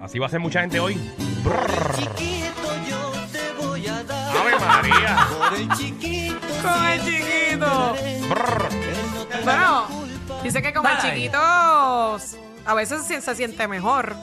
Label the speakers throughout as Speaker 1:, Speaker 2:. Speaker 1: Así va a ser mucha gente hoy.
Speaker 2: Por el chiquito yo te voy a dar.
Speaker 1: ¡Ave María!
Speaker 2: Por el chiquito.
Speaker 3: Con el
Speaker 2: sí,
Speaker 3: chiquito.
Speaker 1: Brr.
Speaker 2: él no te la-
Speaker 3: Bueno, dice que como el
Speaker 4: Dale.
Speaker 3: chiquito a veces se, se siente mejor.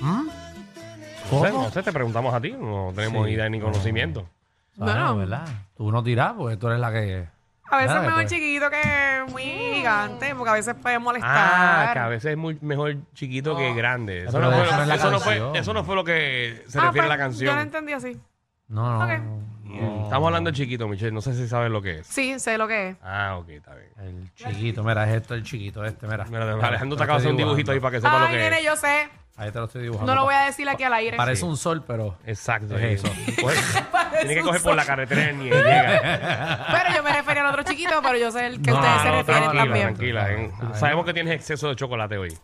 Speaker 1: No sé, no sé, te preguntamos a ti. No tenemos
Speaker 4: Sí.
Speaker 1: idea ni conocimiento.
Speaker 4: Bueno,
Speaker 3: Bueno.
Speaker 4: ¿verdad? Tú no dirás, porque tú eres la que.
Speaker 3: A veces
Speaker 4: Dale,
Speaker 3: mejor
Speaker 4: pues.
Speaker 3: chiquito que muy gigante, porque a veces puede
Speaker 1: Ah,
Speaker 3: molestar.
Speaker 1: que a veces es muy mejor chiquito que grande. Eso no,
Speaker 4: Pero
Speaker 1: fue,
Speaker 4: eso no es la
Speaker 1: eso no fue-
Speaker 4: canción.
Speaker 1: eso no fue lo que se
Speaker 3: Ah,
Speaker 1: refiere a la
Speaker 3: pues, Yo lo
Speaker 1: canción. Mm.
Speaker 3: entendí así.
Speaker 4: No, no.
Speaker 3: Ok.
Speaker 4: no.
Speaker 1: Estamos hablando de chiquito, Michelle. No sé si sabes lo que es.
Speaker 3: Sí, sé lo que es.
Speaker 1: Ah, ok, está bien.
Speaker 4: El chiquito, mira, es esto el chiquito este, mira.
Speaker 1: Mira, Alejandro te
Speaker 4: Te lo
Speaker 1: acaba de hacer un
Speaker 4: estoy
Speaker 1: dibujito ahí
Speaker 4: dibujando.
Speaker 1: para que sepa lo
Speaker 3: Ay,
Speaker 1: que
Speaker 3: nene,
Speaker 1: es.
Speaker 3: yo sé.
Speaker 4: Ahí te lo estoy dibujando.
Speaker 3: No lo voy a decir aquí al aire.
Speaker 4: Parece
Speaker 1: Sí.
Speaker 4: un sol, pero.
Speaker 1: Exacto,
Speaker 4: Es
Speaker 1: es
Speaker 4: eso.
Speaker 1: eso. Coge- Tiene que
Speaker 3: Pues, un
Speaker 1: coger por la carretera y llega.
Speaker 3: Pero yo me refería al otro chiquito, pero yo sé el que
Speaker 4: No,
Speaker 3: ustedes se
Speaker 4: no,
Speaker 3: refieren
Speaker 1: tranquila,
Speaker 3: también.
Speaker 1: tranquila. eh. Sabemos que tienes exceso de chocolate hoy.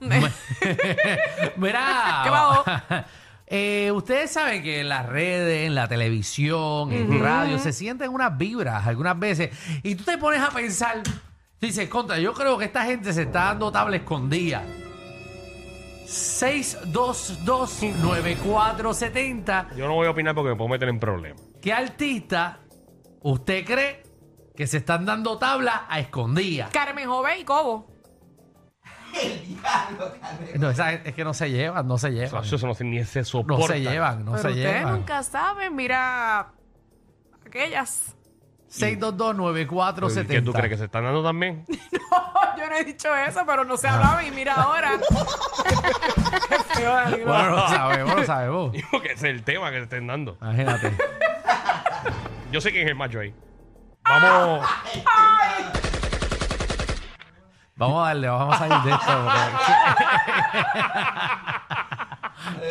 Speaker 4: Mira.
Speaker 3: ¿Qué pasó?
Speaker 4: Eh, ustedes saben que en las redes, en la televisión, en radio, se sienten unas vibras algunas veces. Y tú te pones a pensar, tú dices, contra, yo creo que esta gente se está dando tabla escondida. 6229470.
Speaker 1: Yo no voy a opinar porque me puedo meter en problemas.
Speaker 4: ¿Qué artista usted cree que se están dando tabla a escondidas?
Speaker 3: Carmen Joven y Cobo.
Speaker 4: No, esa- es que no se llevan, no se llevan.
Speaker 1: Eso, eso no se- ni se soporta.
Speaker 4: No se llevan, no
Speaker 3: pero
Speaker 4: se
Speaker 3: ustedes
Speaker 4: llevan.
Speaker 3: nunca saben, mira. Aquellas.
Speaker 4: 6229470.
Speaker 1: ¿Y ¿Qué tú crees que se están dando también?
Speaker 3: yo no he dicho eso, pero no se hablaba y mira ahora. Qué feo, Danilo.
Speaker 4: Bueno, lo sabemos, lo sabemos.
Speaker 1: Digo que ese es el tema que se estén dando.
Speaker 4: Imagínate.
Speaker 1: Yo sé quién es el macho ahí. Vamos.
Speaker 4: Vamos a darle, vamos a salir de esto.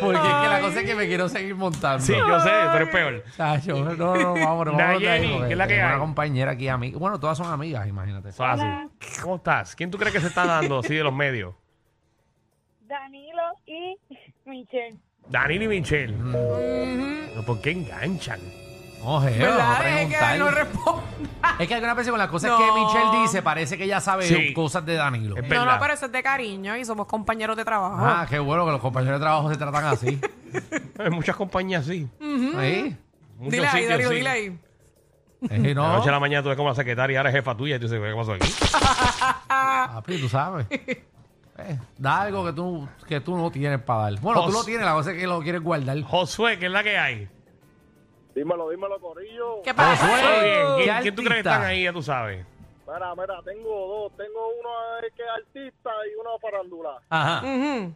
Speaker 4: Porque, porque es que la cosa es que me quiero seguir montando.
Speaker 1: Sí, yo sé, pero es peor.
Speaker 4: Chacho, no, no, vamos, no, vamos
Speaker 1: Nayeli, ¿qué es la que
Speaker 4: tengo
Speaker 1: hay?
Speaker 4: una compañera aquí, amiga. Bueno, todas son amigas, imagínate.
Speaker 1: Eso es así. ¿Cómo estás? ¿Quién tú crees que se está dando así de los medios?
Speaker 5: Danilo y Michelle.
Speaker 1: Danilo y Michelle. Pero ¿Por qué enganchan?
Speaker 4: No, jeva,
Speaker 3: ¿Verdad? Es
Speaker 4: vamos a
Speaker 3: que
Speaker 4: preguntar.
Speaker 3: él no responde.
Speaker 4: Es que algunas veces con las cosas
Speaker 3: No.
Speaker 4: que Michelle dice, parece que ella sabe
Speaker 1: Sí.
Speaker 4: cosas de Danilo.
Speaker 1: Es
Speaker 3: No,
Speaker 1: verdad.
Speaker 3: no, pero eso es de cariño y somos compañeros de trabajo.
Speaker 4: Ah, qué bueno que los compañeros de trabajo se tratan así.
Speaker 1: Hay muchas compañías sí.
Speaker 4: Ahí.
Speaker 1: Muchos
Speaker 3: dile ahí,
Speaker 1: sitios
Speaker 3: Darío,
Speaker 1: sí.
Speaker 3: dile ahí.
Speaker 4: Eh,
Speaker 1: De la
Speaker 4: no.
Speaker 1: noche a la mañana tú eres como la secretaria y ahora es jefa tuya y tú dices, ¿qué pasó aquí?
Speaker 4: Papi, tú sabes. Eh, da algo que tú, que tú no tienes para dar. Bueno, tú
Speaker 1: Jos-
Speaker 4: lo tienes, la cosa es que lo quieres guardar.
Speaker 1: Josué, ¿qué es la que hay?
Speaker 6: Dímelo, dímelo, Corillo.
Speaker 3: ¿Qué pasa?
Speaker 4: Josué.
Speaker 1: Todo bien.
Speaker 4: ¿Qué
Speaker 1: ¿Quién, quién tú crees que
Speaker 4: artista?
Speaker 1: están ahí? Ya tú sabes.
Speaker 6: Mira, mira, tengo dos. Tengo uno eh, que es artista y uno farándula.
Speaker 4: Ajá.
Speaker 3: Ujú.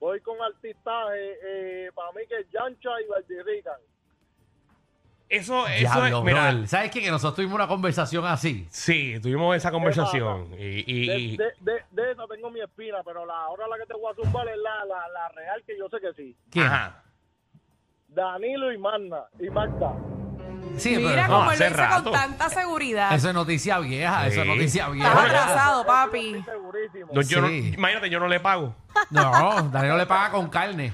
Speaker 6: Voy con artistaje, eh, para mí que es Yancha y Valdirrigan.
Speaker 1: Eso, eso
Speaker 4: Diablo,
Speaker 1: es. Mira,
Speaker 4: brother. ¿Sabes qué? Que nosotros tuvimos una conversación así.
Speaker 1: sí, tuvimos esa conversación. Y, y-
Speaker 6: De,
Speaker 1: y-
Speaker 6: de, de- de esa tengo mi espina, pero la ahora la que te voy a zumbar es la, la, la real que yo sé que sí.
Speaker 4: ¿Quién?
Speaker 1: Ajá.
Speaker 6: Danilo y Magna, y Magda.
Speaker 4: Sí,
Speaker 3: Mira
Speaker 4: pero
Speaker 1: no,
Speaker 3: cómo él lo
Speaker 1: hace
Speaker 3: dice
Speaker 1: rato.
Speaker 3: con tanta seguridad.
Speaker 4: eso es noticia vieja, eso es
Speaker 1: Sí.
Speaker 4: noticia
Speaker 3: Estás
Speaker 4: vieja.
Speaker 3: atrasado, papi.
Speaker 6: Segurísimo.
Speaker 1: No, yo no-
Speaker 4: Sí.
Speaker 1: imagínate, yo no le pago.
Speaker 4: No, Danilo le paga con carne.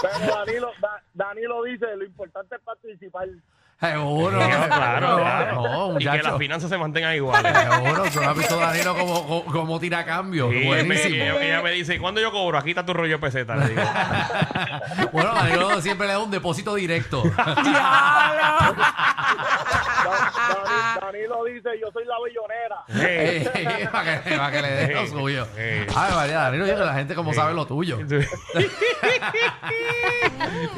Speaker 6: Pero Danilo, Da- Danilo dice, lo importante es participar.
Speaker 4: Seguro.
Speaker 1: claro,
Speaker 4: No,
Speaker 1: claro.
Speaker 4: No,
Speaker 1: y que
Speaker 4: muchacho.
Speaker 1: las finanzas se mantengan iguales.
Speaker 4: Seguro, tú no has visto a Danilo como, como, como tira cambio.
Speaker 1: Sí,
Speaker 4: Buenísimo.
Speaker 1: me- ella, ella me dice, ¿cuándo yo cobro? Aquí está tu rollo de peseta. Le digo.
Speaker 4: Bueno, Danilo siempre le da un depósito directo.
Speaker 3: Ah,
Speaker 6: Da- Dani- Danilo dice, yo soy la billonera.
Speaker 1: Hey.
Speaker 4: Eh, para, que, para que le dé lo
Speaker 1: Eh,
Speaker 4: suyo.
Speaker 1: eh.
Speaker 4: Ay, María, Danilo, yo creo que la gente como sabe lo tuyo.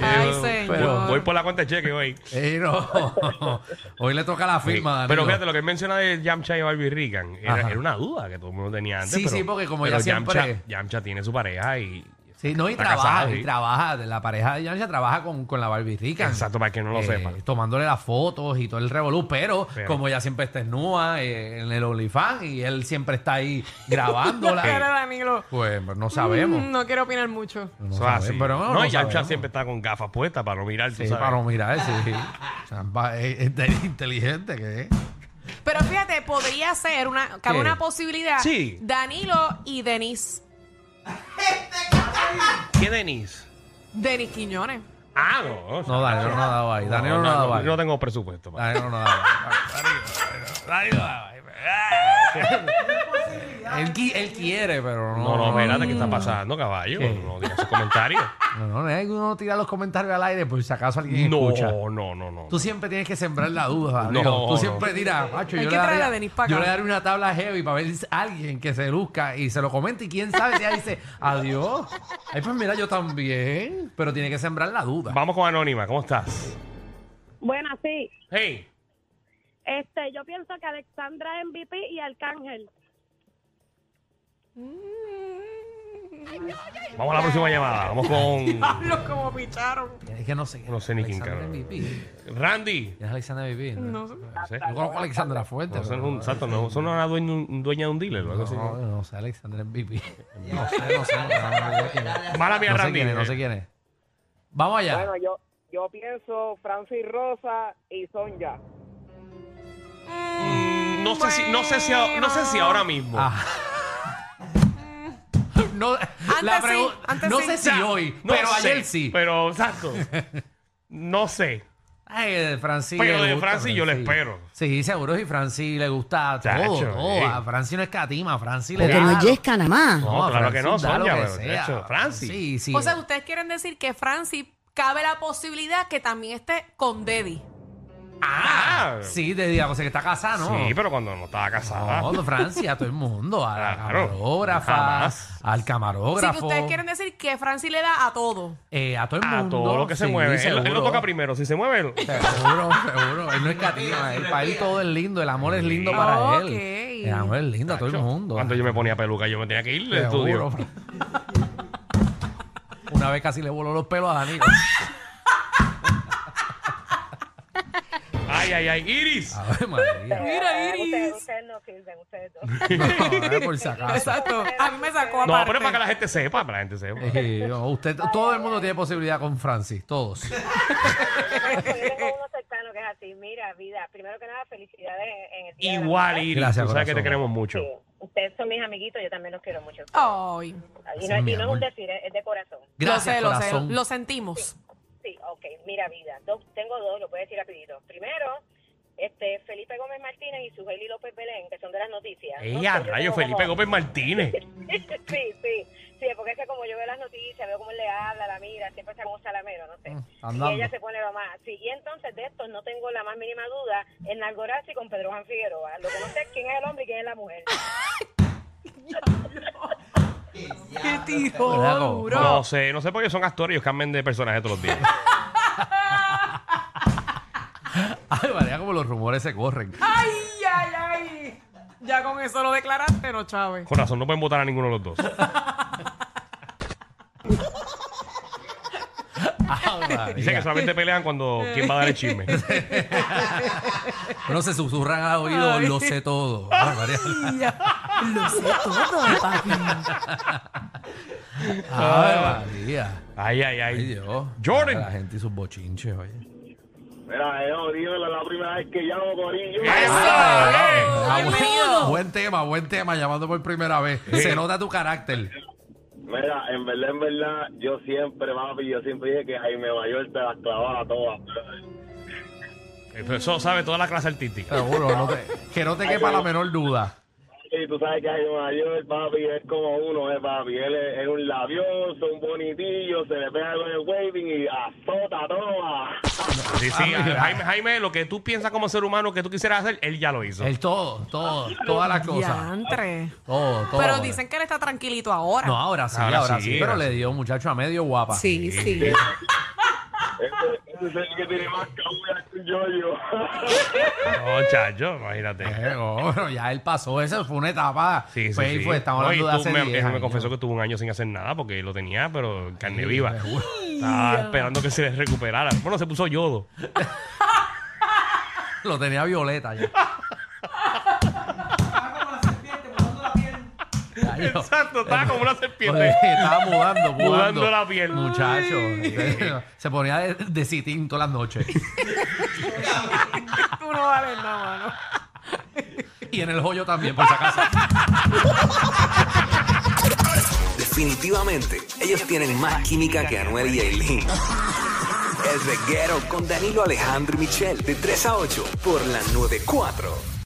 Speaker 3: Ay,
Speaker 1: Yo-
Speaker 3: señor.
Speaker 1: Voy por la cuenta de cheque hoy.
Speaker 4: Eh, no. Hoy le toca la firma, Danilo.
Speaker 1: Pero fíjate, lo que él menciona de Yamcha y Barbie Regan era,
Speaker 4: Ajá.
Speaker 1: era una duda que todo el mundo tenía antes.
Speaker 4: Sí,
Speaker 1: pero-
Speaker 4: sí, porque como
Speaker 1: pero
Speaker 4: ella siempre-
Speaker 1: Yamcha, Yamcha tiene su pareja y.
Speaker 4: Sí, no, y
Speaker 1: está
Speaker 4: trabaja,
Speaker 1: casada,
Speaker 4: y
Speaker 1: sí.
Speaker 4: trabaja. de La pareja de Yancha trabaja con, con la Barbie Rica.
Speaker 1: Exacto, para que no
Speaker 4: Eh,
Speaker 1: lo sepa.
Speaker 4: Tomándole las fotos y todo el revolú, pero,
Speaker 1: Pero-
Speaker 4: como ella siempre está desnuda eh, en el OnlyFans y él siempre está ahí grabándola,
Speaker 3: Cara, Danilo.
Speaker 4: pues no sabemos.
Speaker 3: Mm, No quiero opinar mucho.
Speaker 4: No
Speaker 1: Eso es así.
Speaker 4: sabemos, pero no,
Speaker 1: no,
Speaker 4: no
Speaker 1: y Yamcha
Speaker 4: sabemos.
Speaker 1: siempre está con gafas puestas para no mirar, tú
Speaker 4: Sí,
Speaker 1: sabes.
Speaker 4: para no mirar, sí. Chamba, eh, es, es tan inteligente que es.
Speaker 3: Pero fíjate, podría ser una, cabe
Speaker 4: ¿Qué?
Speaker 3: una posibilidad.
Speaker 1: Sí.
Speaker 3: Danilo y Denis.
Speaker 1: ¿Qué Denis?
Speaker 3: Denis Quiñones.
Speaker 1: Ah, no.
Speaker 4: No, Danilo no ha dado ahí. Danilo no, ha dado ahí.
Speaker 1: Yo no tengo presupuesto. para-
Speaker 4: Danilo no ha dado ahí.
Speaker 1: Danilo, Danilo, Danilo.
Speaker 4: Él, qui- él quiere, pero no.
Speaker 1: No, no, espérate, ¿qué está pasando, caballo?
Speaker 4: ¿Qué?
Speaker 1: No digas esos comentarios.
Speaker 4: No, no, no es que uno tira los comentarios al aire por si acaso alguien
Speaker 1: No,
Speaker 4: escucha.
Speaker 1: no, no, no.
Speaker 4: Tú siempre tienes que sembrar la duda,
Speaker 1: No,
Speaker 4: amigo.
Speaker 1: no.
Speaker 4: Tú siempre tiras, macho,
Speaker 3: Hay
Speaker 4: yo,
Speaker 3: que
Speaker 4: le
Speaker 3: traer a
Speaker 4: daría,
Speaker 3: Denis pa' acá.
Speaker 4: yo le daré una tabla heavy para ver si alguien que se luzca y se lo comente y quién sabe si ella dice adiós. Ay, pues mira, yo también, pero tiene que sembrar la duda.
Speaker 1: Vamos con Anónima, ¿cómo estás?
Speaker 5: Bueno, sí.
Speaker 1: Hey,
Speaker 5: Este, yo pienso que Alexandra es MVP y Arcángel.
Speaker 1: vamos a la próxima llamada. Vamos con
Speaker 3: Hablo como picharon.
Speaker 4: Es que no sé.
Speaker 1: No sé ni quién,
Speaker 4: Alexandra
Speaker 1: cabrón.
Speaker 4: MVP. ¿Quién
Speaker 1: Randy.
Speaker 4: es Alexandra MVP?
Speaker 3: No sé.
Speaker 1: No sé.
Speaker 4: Yo conozco a Alexandra Fuerte.
Speaker 1: No, son
Speaker 4: pero-
Speaker 1: un, exacto, no, son una dueña, dueña de un dealer o algo así.
Speaker 4: No, no sé, Alexandra MVP. No sé, no sé. No, no sé quién es.
Speaker 1: Mala mía,
Speaker 4: No sé
Speaker 1: Randy.
Speaker 4: quién es, no sé quién es. Vamos allá.
Speaker 7: Bueno, yo, yo pienso Francis Rosa y Sonja.
Speaker 1: Mm, No sé, si, no, sé si, a- no sé si ahora mismo.
Speaker 4: Ah. No, la pregu-
Speaker 3: sí, antes
Speaker 4: no
Speaker 3: sí.
Speaker 4: sé si hoy,
Speaker 1: No
Speaker 4: pero
Speaker 1: sé, Pues-
Speaker 4: ayer sí.
Speaker 1: Pero, exacto. No sé.
Speaker 4: Ay, de Francis.
Speaker 1: Pero
Speaker 4: le
Speaker 1: de
Speaker 4: gusta,
Speaker 1: Francis Pues yo le
Speaker 4: Francis.
Speaker 1: espero.
Speaker 4: Sí, seguro si Francis le gusta todo.
Speaker 1: Chacho,
Speaker 4: todo.
Speaker 1: sí.
Speaker 4: A Francis no es catima, Francis le
Speaker 8: Porque
Speaker 4: da.
Speaker 8: no
Speaker 4: lo-
Speaker 8: es yesca nada más.
Speaker 1: No,
Speaker 4: a
Speaker 1: claro que no,
Speaker 4: Francis da lo
Speaker 1: Sonia,
Speaker 4: que
Speaker 1: pero, de
Speaker 4: sea.
Speaker 1: hecho, Francis.
Speaker 4: Sí, sí.
Speaker 3: O sea, ustedes quieren decir que Francis cabe la posibilidad que también esté con Deddy.
Speaker 1: Ah,
Speaker 4: Sí, te digo, o sea, que está casada, ¿no?
Speaker 1: Sí, pero cuando no estaba casada.
Speaker 4: No, de Francia, a todo el mundo, a la
Speaker 1: Claro,
Speaker 4: camarógrafa,
Speaker 1: jamás.
Speaker 4: al
Speaker 3: Así
Speaker 4: camarógrafo,
Speaker 3: que ustedes quieren decir que Francis le da a todo.
Speaker 4: eh, a todo el
Speaker 1: a
Speaker 4: mundo.
Speaker 1: todo lo que se
Speaker 4: Sí,
Speaker 1: mueve. Él- Él, lo
Speaker 4: seguro.
Speaker 1: toca primero. Si se mueve, él-
Speaker 4: Seguro, seguro. Él no es cativa. Él, para él todo es lindo. El amor es lindo
Speaker 1: Sí.
Speaker 4: para
Speaker 3: Ok.
Speaker 4: él. El amor es lindo a todo el
Speaker 1: Chacho,
Speaker 4: mundo.
Speaker 1: Cuando yo me ponía peluca, yo me tenía que ir del
Speaker 4: Seguro.
Speaker 1: estudio.
Speaker 4: Una vez casi le voló los pelos a Danilo.
Speaker 1: Ay, ay, ay. Iris.
Speaker 4: A ver, María.
Speaker 7: Ah,
Speaker 3: Mira,
Speaker 5: Ustedes,
Speaker 3: Iris.
Speaker 5: ustedes no quisen, ustedes dos.
Speaker 4: No, a ver, por si acaso.
Speaker 3: Exacto. A mí me sacó
Speaker 1: No,
Speaker 3: aparte.
Speaker 1: pero es para que la gente sepa, para que la gente sepa.
Speaker 4: Eh, no, usted, todo el mundo tiene posibilidad con Francis, todos.
Speaker 7: Yo tengo uno cercano que es así. Mira, vida, primero que nada, felicidades en el día de la
Speaker 1: Igual,
Speaker 7: mujer.
Speaker 1: Iris.
Speaker 4: Gracias,
Speaker 1: tú sabes que te
Speaker 4: corazón.
Speaker 1: queremos mucho.
Speaker 7: Sí. Ustedes son mis amiguitos, yo también los quiero mucho.
Speaker 1: Ah,
Speaker 3: Ay,
Speaker 7: Y no,
Speaker 4: Sí,
Speaker 7: es-
Speaker 4: mi
Speaker 7: y no es
Speaker 4: amor.
Speaker 7: un decir, es, es de corazón.
Speaker 4: Gracias,
Speaker 3: lo sé, lo
Speaker 4: corazón.
Speaker 3: sé. Lo sentimos.
Speaker 7: Sí, ok, mira, vida. dos- tengo dos, lo voy a decir rapidito. Primero, este, Felipe Gómez Martínez y Sujeli López Belén, que son de las noticias.
Speaker 1: Ey,
Speaker 7: No sé,
Speaker 1: a
Speaker 7: yo tengo
Speaker 1: rayo,
Speaker 7: como-
Speaker 1: Felipe Gómez Martínez.
Speaker 7: sí, sí, sí, porque es que como yo veo las noticias, veo cómo él le habla, la mira, siempre está como un salamero, no sé.
Speaker 4: Andando.
Speaker 7: Y ella se pone mamá. Sí, y entonces de esto no tengo la más mínima duda en Algorazi con Pedro Juan Figueroa. Lo que no sé es quién es el hombre y quién es la mujer.
Speaker 3: Qué
Speaker 4: ¿Verdad,
Speaker 3: tiro
Speaker 4: como-
Speaker 3: duro.
Speaker 1: No sé, no sé por qué son actores y ellos cambian de personaje todos los días.
Speaker 4: Ay, María, como los rumores se corren.
Speaker 3: Ay, ay, ay. Ya con eso lo declaraste, ¿no, Chávez?
Speaker 1: Con razón, no pueden votar a ninguno de los dos.
Speaker 4: Ay, María.
Speaker 1: Dicen que solamente pelean cuando quién va a dar el chisme.
Speaker 4: Bueno, se susurran al oído,
Speaker 3: Ay.
Speaker 4: lo sé todo. Ay, María.
Speaker 3: Lo sé todo, papi.
Speaker 4: Ay, María.
Speaker 1: Ay, ay,
Speaker 4: Ay,
Speaker 1: ay.
Speaker 4: Dios.
Speaker 1: Jordan.
Speaker 4: La gente y sus bochinches, oye.
Speaker 6: Mira, es jodido, es la primera vez que llamo, Corillo.
Speaker 1: ¡Eso! ¡Eh!
Speaker 4: Ah, buen-
Speaker 3: Bienvenido.
Speaker 4: Buen tema, buen tema, llamando por primera vez. Se nota tu carácter.
Speaker 6: Mira, en verdad, en verdad, yo siempre, papi, yo siempre dije que Jaime Mayor te las clavaba todas.
Speaker 1: Eso sabe toda la clase artística.
Speaker 4: Seguro, no te- que no te quepa la menor duda.
Speaker 6: Y tú sabes que Jaime Mayor, papi, es como uno, eh, papi. Él es, es un labioso, un bonitillo, se le pega con el waving y azota todas.
Speaker 1: Sí, sí.
Speaker 4: Ah, mira.
Speaker 1: Jaime, Jaime, lo que tú piensas como ser humano, que tú quisieras hacer, él ya lo hizo.
Speaker 4: El todo, todo, todas las cosas.
Speaker 3: Diantre.
Speaker 4: Todo, todo.
Speaker 3: Pero dicen que él está tranquilito ahora.
Speaker 4: No, ahora sí, ahora,
Speaker 1: Ahora
Speaker 4: sí,
Speaker 1: sí,
Speaker 4: Pero
Speaker 1: ahora
Speaker 4: le
Speaker 1: sí.
Speaker 4: dio muchacho a medio guapa.
Speaker 3: sí, sí.
Speaker 6: Ese, ese es el que tiene más cabulla que un yo-yo.
Speaker 1: No, chacho, imagínate.
Speaker 4: Eh, no, pero ya él pasó. Esa fue una etapa.
Speaker 1: Sí, sí,
Speaker 4: Fue-
Speaker 1: sí.
Speaker 4: Pues fue- estamos
Speaker 1: No, y
Speaker 4: hablando de
Speaker 1: tú
Speaker 4: hace
Speaker 1: me,
Speaker 4: 10
Speaker 1: él me
Speaker 4: años.
Speaker 1: confesó que estuvo un año sin hacer nada porque lo tenía, pero en carne
Speaker 4: Sí,
Speaker 1: viva.
Speaker 4: seguro.
Speaker 1: Estaba esperando que se le recuperara. Bueno, se puso yodo.
Speaker 4: Lo tenía Violeta ya. Ya, yo-
Speaker 1: Exacto, estaba como una
Speaker 4: Oye,
Speaker 1: serpiente.
Speaker 4: Estaba mudando, mudando,
Speaker 1: Mudando la piel.
Speaker 4: Muchacho. Se ponía de, de sitín todas las noches.
Speaker 3: Tú no vales nada, mano.
Speaker 4: Y en el joyo también, por si acaso.
Speaker 9: Definitivamente, ellos tienen más química que Anuel y Aileen. El reguero con Danilo Alejandro y Michel, de 3 a 8, por la 94.